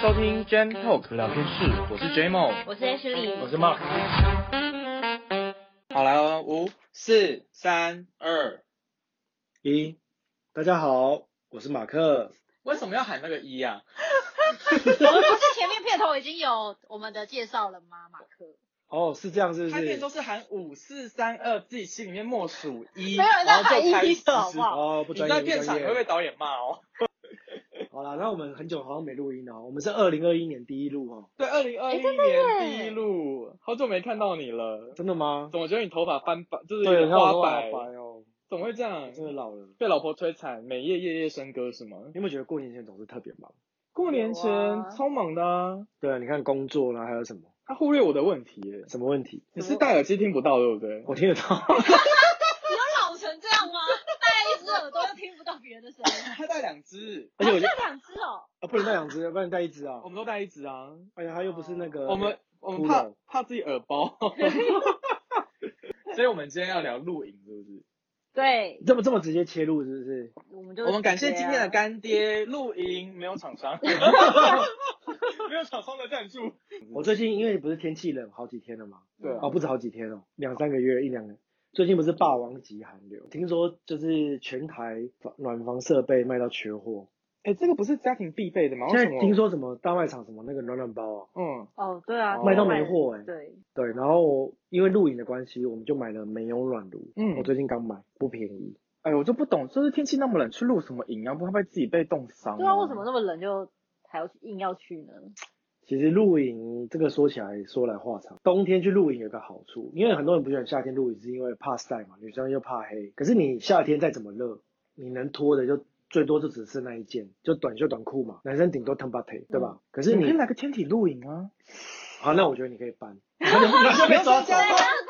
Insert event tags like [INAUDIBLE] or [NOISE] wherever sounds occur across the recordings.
收听 Gen Talk 聊天室，我是 JMO，我是 H 李，我是 Mark。好来哦，五、四、三、二，一，大家好，我是马克。为什么要喊那个一啊？我们不是前面片头已经有我们的介绍了吗？马克，哦，是这样，是不他可以都是？是喊五、四、三、二，自己心里面默数一，没有人在然后就喊一开始的好不好哦，不你专业，在不片场专会不被业。导演骂哦？好啦，那我们很久好像没录音了哦，我们是二零二一年第一录哦。对，二零二一哎真年耶第一路，好久没看到你了，真的吗？怎么觉得你头发翻白，就是有对，点你看我花头发白好？白哦，怎么会这样？真的老了。被老婆摧残，每夜夜夜笙歌是吗你？有没有觉得过年前总是特别忙？过年前有啊超忙的啊，对啊，你看工作啦，还有什么他忽略我的问题耶。什么问题？你是戴耳机听不到对不对？我听得到。 [LAUGHS] 有老成这 [LAUGHS] 样吗？戴一只耳朵又听不到别人的声音，他戴两只，而且我就这两只哦，啊，不能带两只，不能带一只啊我。们都戴一只啊。哎呀，他又不是那个。我们我们骷怕髅怕自己耳包， [LAUGHS] 所以我们今天要聊录影是不是？对，这么这么直接切入是不是？我们就啊我们感谢今天的干，干爹露营， [LAUGHS] 没有厂商，没有厂商的赞助。我最近因为不是天气冷好几天了嘛，对啊哦，不止好几天哦，两三个月，一两个。最近不是霸王级寒流，听说就是全台暖房设备卖到缺货。哎、这个不是家庭必备的吗？现在为什么听，说什么大卖场什么那个暖暖包啊，嗯，哦，对啊，卖到没货哎、对，对，然后因为露营的关系，我们就买了煤油暖炉。嗯我最近刚买，不便宜。哎，我就不懂，就是天气那么冷，去露什么营啊？不会不会自己被冻伤、对啊，为什么？那么冷就还要去硬要去呢？其实露营这个说起来说来话长，冬天去露营有个好处，因为很多人不喜欢夏天露营，是因为怕晒嘛，女生又怕黑。可是你夏天再怎么热，你能脱的就最多就只是那一件，就短袖短裤嘛，男生顶多 t u m b a t e 对吧？可是嗯你可以你来个天体露营啊！好，那我觉得你可以 [LAUGHS] 搬，你就被抓走对。啊参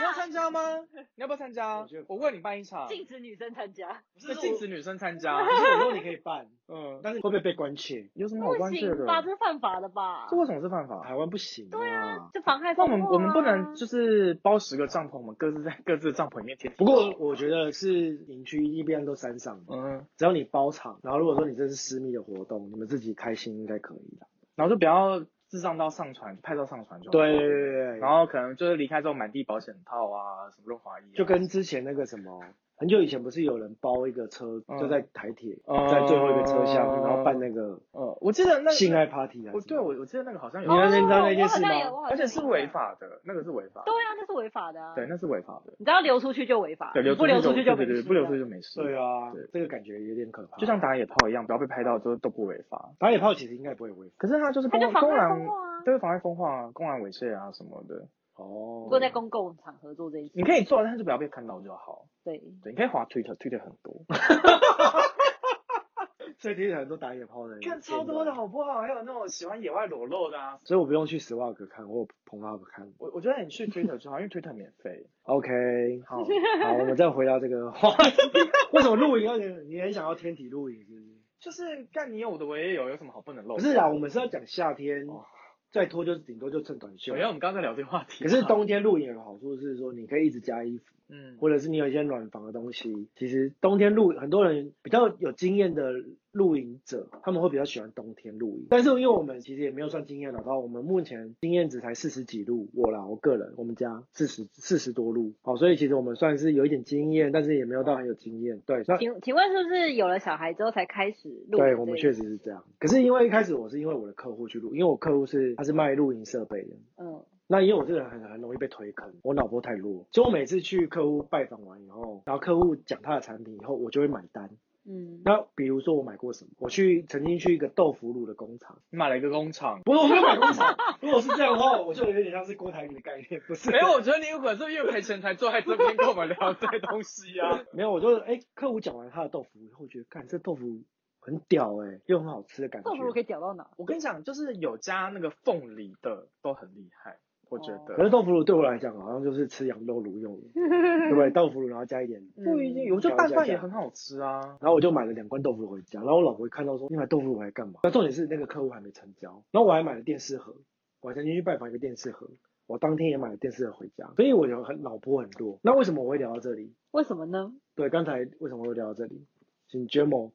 你要参加吗？ [LAUGHS] 你要不要参加我觉得？我为你办一场，禁止女生参加，是禁止女生参 [LAUGHS] 加。可是我说你可以办，嗯，但是会不会被关切？有什么好不关切的行？吧？这是犯法的吧这？为什么是犯法？台湾不行啊。这妨害那风我化啊们我们不能就是包十个帐篷，我们各自在 [LAUGHS] 各自的帐篷里面贴。不过我觉得是营区一般都山上的，嗯，只要你包场，然后如果说你这是私密的活动，你们自己开心应该可以的。然后就不要智障到上传，拍照上传就好。对对对对，然后可能就是离开之后满地保险套啊，什么润滑液啊、就跟之前那个什么，很久以前不是有人包一个车，嗯就在台铁，嗯在最后一个车厢，然后办那个呃，我记得那性爱 party 啊。我对我我记得那个好像有，你哦那天知道那件事吗我好像有我好而像且有是违法的，那个是违法的对，啊，那是违法的啊。对，那是违法的，你只要流出去就违法，对，你流不流出出去就对没对对，事。不流出去就没事。对啊对，这个感觉有点可怕。就像打野炮一样，不要被拍到就都不违法。打野炮其实应该不会违法。可是他就是他公就妨公害然风化啊。对妨碍风化、公然猥亵啊什么的，哦不过在公共场合做这一你件，可以做，但是不要被看到就好。对，对，你可以滑 Twitter，Twitter 很多，所以其实很多打野炮的人，看超多的，好不好？还有那种喜欢野外裸露的啊。所以我不用去十万个看或彭拉克看。我我觉得你去 Twitter 就好，因为 Twitter 免费。 OK，好，[LAUGHS] [LAUGHS] 好，我们再回到这个话题，为什么露营要你很想要天体露营是不是？就是干你有我的，我也有，有什么好不啊能露？不是啊啦，我们是要讲夏天哦，再拖就是顶多就衬短袖因。为我们刚才聊这个话题。可是，冬天露营有个好处是说，你可以一直加衣服，嗯，或者是你有一些暖房的东西。其实冬天露，很多人比较有经验的露营者，他们会比较喜欢冬天露营。但是因为我们其实也没有算经验老到我们目前经验值才四十几路，我啦，我个人，我们家四十四十多路，好，所以其实我们算是有一点经验，但是也没有到很有经验。对，那请请问是不是有了小孩之后才开始录？对我们确实，实是这样。可是因为一开始我是因为我的客户去录，因为我客户是他是卖露营设备的，嗯，那因为我这个人很很容易被推坑，我脑波太弱，所以我每次去客户拜访完以后，然后客户讲他的产品以后，我就会买单。嗯，那比如说我买过什么？我去曾经去一个豆腐乳的工厂，你买了一个工厂。 [LAUGHS] 不是我没有买工厂。如果是这样的话，我就有点像是郭台铭的概念，不是？没有，我觉得你有可能是因为赔钱才坐在这边跟我们聊这东西啊。 [LAUGHS] 没有，我就哎、客户讲完他的豆腐以后，我觉得看这豆腐很屌哎、又很好吃的感觉。豆腐乳可以屌 [LAUGHS] 到哪？我跟你讲，就是有加那个凤梨的都很厉害，我觉得。可是豆腐乳对我来讲，好像就是吃羊肉炉用的，对不对？豆腐乳然后加一点嗯不一定，我觉得拌饭也很好吃啊。然后我就买了两罐豆腐乳回家，然后我老婆一看到说你买豆腐乳回来干嘛？那重点是那个客户还没成交，然后我还买了电视盒，我还曾经去拜访一个电视盒，我当天也买了电视盒回家，所以我有很脑波很弱。那为什么我会聊到这里？为什 [LAUGHS] 么呢？对，刚才为什么会聊到这里？请 j e m o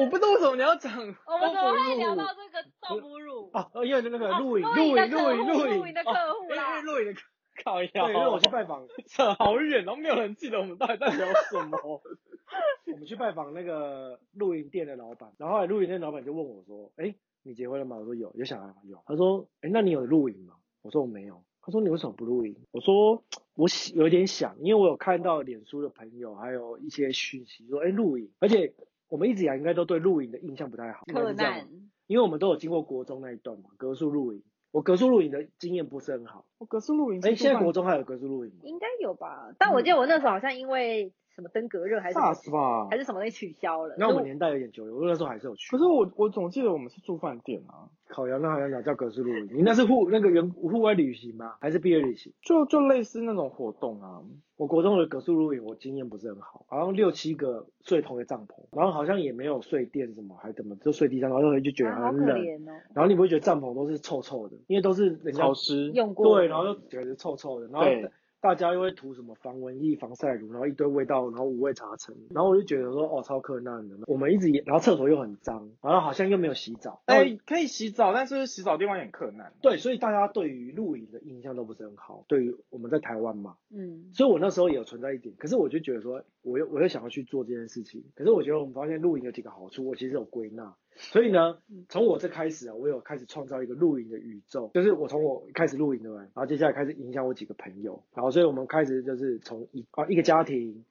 我不知道为什么你要讲光 [LAUGHS] 我们怎么伏会露聊营到 [LAUGHS] 这个豆腐乳？啊，因为那个露营，露露哦的营，客露户营，露露营，的客户因为啦。露营的哦靠对，因为我腰去，拜访，扯好远，然后没有人记得我们到底 [LAUGHS] 在聊什么。 [LAUGHS] 我们去拜访那个露营店的老板，然后后来露营店老板就问我说：“哎、你结婚了吗？”我说：“有，有小孩吗？有。”他说：“哎、那你有露营吗？”我说：“我没有。”他说：“你为什么不露营？”我说：“我喜有点想，因为我有看到脸书的朋友还有一些讯息说，哎、露营，而且我们一直以来应该都对露营的印象不太好，应该柯是这样吧南，因为我们都有经过国中那一段嘛，格数露营，我格数露营的经验不是很好。我格数露营是哎、现在做国饭中还有格数露营吗？应该有吧？但我记得我那时候好像因为什么登革热还是什么 SARS 吧还，是什么东西取消了。那我们就年代有点久远，我那时候还是有去。可是我我总记得我们是住饭店啊，烤羊那好像哪叫格式露营？你那是户那个员户外旅行吗？还是毕业旅行？就就类似那种活动啊，我国中的格式露营，我经验不是很好，好像六七个睡同一个帐篷，然后好像也没有睡垫什么，还怎么就睡地上，然后就觉得啊好很可冷，怜哦，然后你不会觉得帐篷都是臭臭的，因为都是人家潮湿。用过对，然后就觉得臭臭的，然后对大家又会涂什么防蚊液、防晒乳，然后一堆味道，然后五味杂陈，然后我就觉得说哦超困难的，我们一直也然后厕所又很脏，然后好像又没有洗澡，哎、可以洗澡，但是洗澡地方也很困难。对，所以大家对于露营的印象都不是很好。对于我们在台湾嘛，嗯，所以我那时候也有存在一点，可是我就觉得说，我又我又想要去做这件事情。可是我觉得我们发现露营有几个好处，我其实有归纳。所以呢，从我这开始啊，我有开始创造一个露营的宇宙，就是我从我开始露营的人，然后接下来开始影响我几个朋友，然后所以我们开始就是从一啊一个家庭。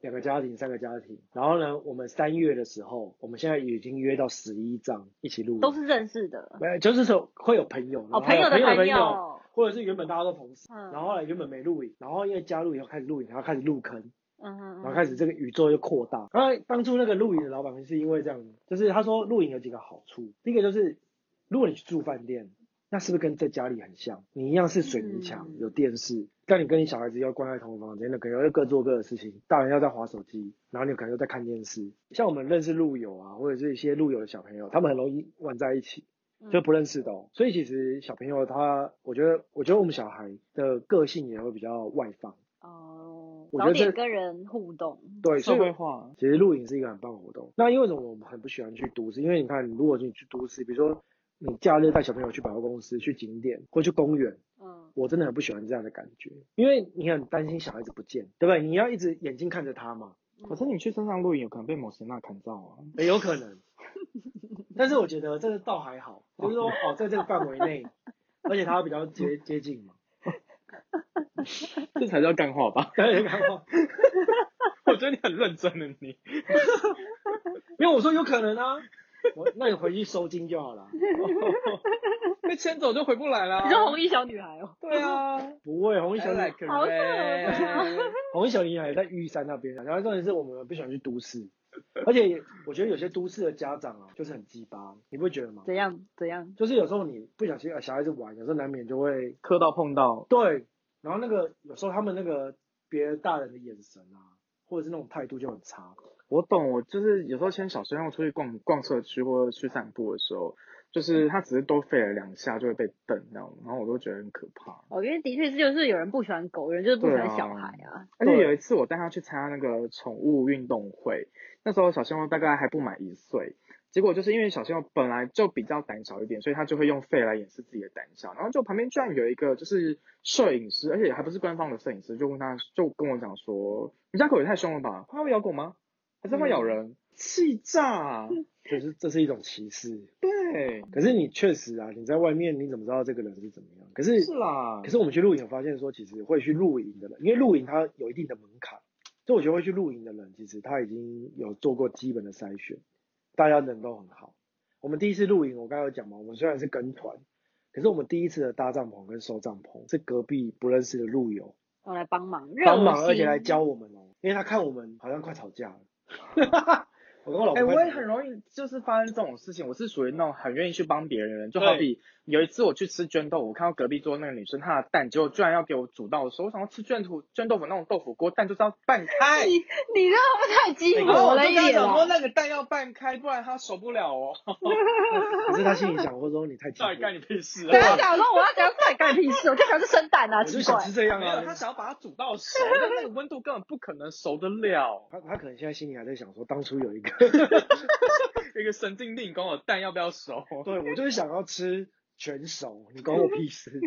两个家庭，三个家庭，然后呢，我们三月的时候，我们现在已经约到十一张一起露营，都是认识的没有，就是说会有朋友，然后哦，朋友的还有朋朋友，友，或者是原本大家都同事，嗯然后后来原本没录影，然后因为加入以后开始录影，然后开始入坑，嗯嗯，然后开始这个宇宙就扩大。然后当初那个录影的老板是因为这样，就是他说录影有几个好处，第一个就是如果你去住饭店，那是不是跟在家里很像？你一样是水泥墙，嗯有电视，但你跟你小孩子要关在同一个房间，那可能要各做各的事情，大人要在划手机，然后你可能又在看电视。像我们认识路友啊，或者是一些路友的小朋友，他们很容易玩在一起。嗯嗯就不认识的哦。所以其实小朋友他，我觉得，我觉得我们小孩的个性也会比较外放，哦，我觉早得这点跟人互动，对，所社以会化，其实露营是一个很棒的活动。那因为什么我们很不喜欢去都市？因为你看，如果你去都市，比如说你假日带小朋友去百货公司、去景点或去公园，嗯，我真的很不喜欢这样的感觉，因为你很担心小孩子不见，对不对？你要一直眼睛看着他 [LAUGHS] 嘛，嗯可是你去山上露营，有可能被某些那看到啊。也有可能。但是我觉得这个倒还好，就是说哦，在这个范 [LAUGHS] 围内，而且他比较接接近嘛。 [LAUGHS] 这才叫干话 [LAUGHS] 吧？我觉得你很认真的你，没有，我说有可能啊。我那你回去收金就好了。 [LAUGHS] 被牵走就回不来啦你是红衣小女孩哦，对啊，不会，红衣小女哎来好可啊爱红衣小女孩在玉山那边，啊然后重点是我们不喜欢去都市，而且我觉得有些都市的家长啊，就是很鸡巴，你不会觉得吗？怎样怎样，就是有时候你不小心啊，小孩子玩，有时候难免就会磕到碰到，对，然后那个有时候他们那个别的大人的眼神啊，或者是那种态度就很差。我懂，我就是有时候牵小孙让出去逛逛社区或者去散步的时候，就是他只是多吠了两下就会被瞪，然后然后我都觉得很可怕。哦，因为的确是就是有人不喜欢狗，有人就是不喜欢小孩啊，而且对有一次我带他去参加那个宠物运动会，那时候小鲜肉大概还不满一岁，结果就是因为小鲜肉本来就比较胆小一点，所以他就会用肺来掩饰自己的胆小。然后就旁边居然有一个就是摄影师，而且还不是官方的摄影师，就问他就跟我讲说，你家狗也太凶了吧？它会咬狗吗？还是它会嗯咬人？气炸！就是这是一种歧视，对，可是你确实啊，你在外面你怎么知道这个人是怎么样？可是是啦。可是我们去露营发现说，其实会去露营的人，因为露营它有一定的门槛，所以我觉得会去露营的人，其实他已经有做过基本的筛选，大家人都很好。我们第一次露营，我刚才有讲嘛，我们虽然是跟团，可是我们第一次的搭帐篷跟收帐篷是隔壁不认识的路友我哦来帮忙，热帮忙，心而且来教我们哦，因为他看我们好像快吵架了。我跟我老哎、婆快我也吵很架容易就是发生这种事情。我是属于那种很愿意去帮别人的人，就对好比有一次我去吃卷豆腐，我看到隔壁桌那个女生她的蛋，结果居然要给我煮到的时候，我想要吃卷土卷豆腐那种豆腐锅，蛋就是要拌开。你你让他们太鸡然后婆我了一就跟她点讲说啊，那个蛋要拌开，不然她熟不了哦。 [LAUGHS] 可是他心里想，我说你太激到底干动，你屁事等啊他？讲说我要怎样干干屁事，我就想吃生蛋啊，我就奇想怪吃，这样没有，她啊。想要把它煮到熟，但那个温度根本不可能熟得了。他他可能现在心里还在想说，当初有一个一个神经病管我蛋要不要熟？对我就是想要吃全熟，你管我屁 [LAUGHS] 事。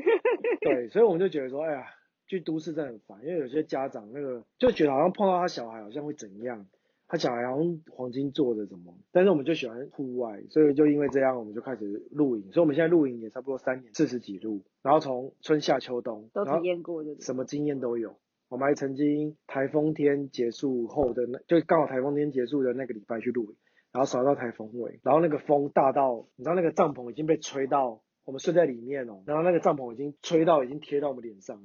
对，所以我们就觉得说，哎呀，去都市真的很烦，因为有些家长那个就觉得好像碰到他小孩好像会怎样，他小孩好像黄金做的什么，但是我们就喜欢户外，所以就因为这样，我们就开始露营，所以我们现在露营也差不多三年四十几路，然后从春夏秋冬，都然后体验过，就是什么经验都有。我们还曾经台风天结束后的那，就刚好台风天结束的那个礼拜去露营，然后扫到台风尾，然后那个风大到，你知道那个帐篷已经被吹到，我们睡在里面哦，然后那个帐篷已经吹到已经贴到我们 [LAUGHS] 脸上了，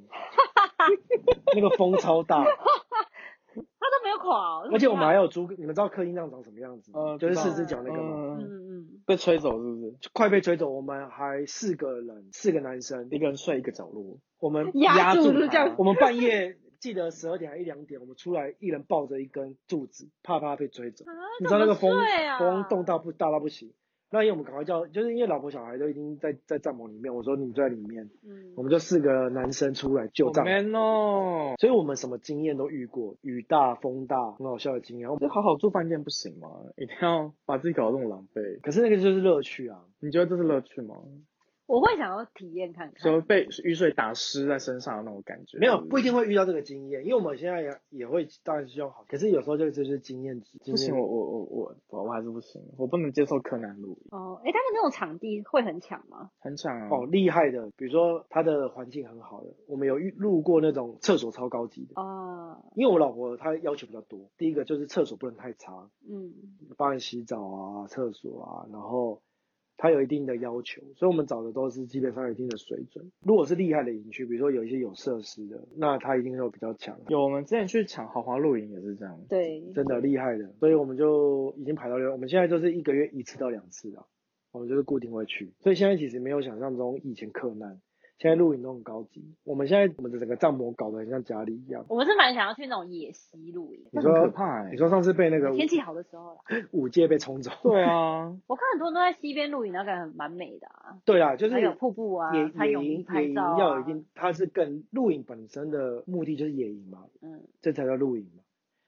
那个风超大，他都没有垮哦，而且我们还要，有租，你们知道客厅帐篷什么样子 [LAUGHS] 吗？呃就是知道四只脚那个吗？嗯嗯，嗯被吹走是不是？就快被吹走，我们还四个人，四个男生，一个人睡一个角落，我们嗯，压住住是它这样，我们半夜记得十二点还一两点，我们出来，一人抱着一根柱子，怕怕被追走。你知道那个风、怎么睡啊风动到不大到不行。那因为我们赶快叫，就是因为老婆小孩都已经在在帐篷里面，我说你们在里面，嗯我们就四个男生出来救好帐篷， man 哦！所以我们什么经验都遇过，雨大风大，很好笑的经验。我这们好好住饭店不行吗？一定要把自己搞得这么狼狈？可是那个就是乐趣啊，你觉得这是乐趣吗？我会想要体验看看，就被雨水打湿在身上的那种感觉？没有不一定会遇到这个经验，因为我们现在也也会当然是用好，可是有时候这个就是经验值。不行，经验我我我我我我还是不行，我不能接受柯南路哦，哎，他们那种场地会很抢吗？很想啊。哦，厉害的，比如说它的环境很好的，我们有遇路过那种厕所超高级的，哦，因为我老婆她要求比较多，第一个就是厕所不能太差，嗯，帮你洗澡啊、厕所啊，然后它有一定的要求，所以我们找的都是基本上有一定的水准。如果是厉害的营区，比如说有一些有设施的，那它一定会比较强，有，我们之前去抢豪华露营也是这样。对，真的厉害的，所以我们就已经排到六，我们现在就是一个月一次到两次啊，我们就是固定会去，所以现在其实没有想象中以前克难。现在露营都很高级，我们现在我们的整个帐篷搞得很像家里一样。我们是蛮想要去那种野溪露营，你那很可说，怕哎、你说上次被那个欸天气好的时候啦。五界被冲走，对啊，我看很多人都在溪边露营，然后感觉很蛮美的啊，对啦，就是还有瀑布啊野，还野有营野拍营照啊要有一定，它是更露营本身的目的就是野营嘛，嗯这才叫露营嘛。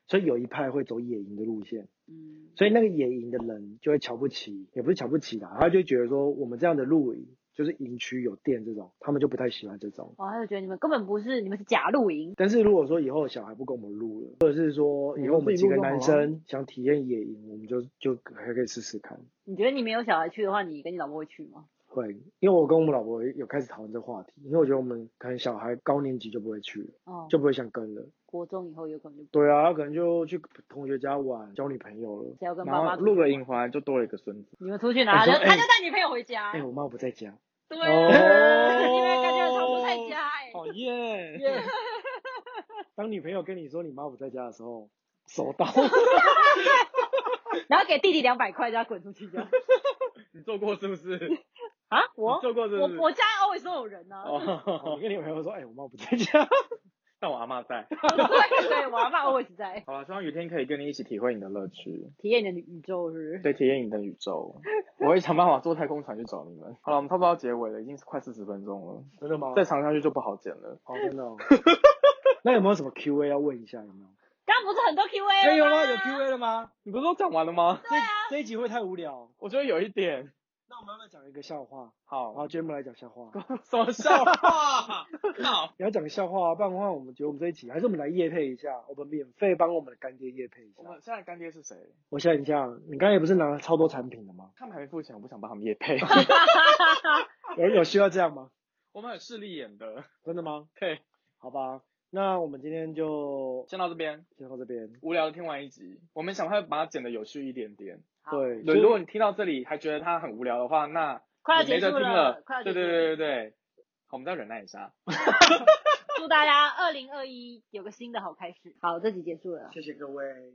所以有一派会走野营的路线，嗯，所以那个野营的人就会瞧不起，也不是瞧不起啦，他就觉得说我们这样的露营就是营区有店这种，他们就不太喜欢这种。哦，他就觉得你们根本不是，你们是假露营，但是如果说以后小孩不跟我们录了，或者是说以后我们几个男生想体验野营，我们就就还可以试试看。你觉得你没有小孩去的话，你跟你老婆会去吗？会，因为我跟我们老婆有开始讨论这个话题，因为我觉得我们可能小孩高年级就不会去了，哦，就不会想跟了。国中以后有可能就不对啊，他可能就去同学家玩，交女朋友了。谁要跟然爸 [LAUGHS] 妈后出露了去营回来就多了一个孙子。你们出去哪？我说就他哎就带女朋友回家哎、，我妈不在家，对哦啊，你们感觉很常不在家哎，讨厌。当女朋友跟你说你妈不在家的时候，手刀。 [LAUGHS] 然后给弟弟两百块，叫他滚 [LAUGHS] 出去这样你做过是不是？啊？你我做过是我不是？我家 always 都有人啊，我哦， [LAUGHS] 跟女朋友说，哎、我妈不在家。但我阿妈在。对 [LAUGHS] 对，我阿妈 always 在好了，啊希望有一天可以跟你一起体会你的乐趣，体验你的宇宙是不是？对，体验你的宇宙。我会想办法坐太空船去找你们。好 [LAUGHS] 了，我们差不多要结尾了，已经是快四十分钟了， [LAUGHS] 真的吗？再长下去就不好剪了。哦，真的、哦。 [LAUGHS] 那有没有什么 Q A 要问一下？有没有？刚刚不是很多 Q A 哎、了有啊吗？有 Q A 了吗？你不是都讲完了吗？这这一集会太无聊。 [LAUGHS] 我觉得有一点。那我们要不要讲一个笑话？好，好，节目来讲笑话。 [LAUGHS] [LAUGHS] 什么笑 [LAUGHS] 话？靠！你要讲笑话、啊，不然的话，我们觉得我们这一集还是我们来夜配一下，我们免费帮我们的干爹夜配一我下们。现在干爹是谁？我想一下，你刚才不是拿了超多产品的吗？他们还没付钱，我不想帮他们夜配。有有需要这样吗？ [LAUGHS] 我们很势利眼的。真的吗？对，好吧，那我们今天就先到这边，先到这边。无聊的听完一集，我们想办法把它剪的有趣一点点。好对，对，如果你听到这里还觉得它很无聊的话，那 [LAUGHS] 快要你没结得束听了，快要对结束对对对了。对，好，我们再忍耐一下。祝大家二零二一有个新的好开始。好，这集结束了。谢谢各位。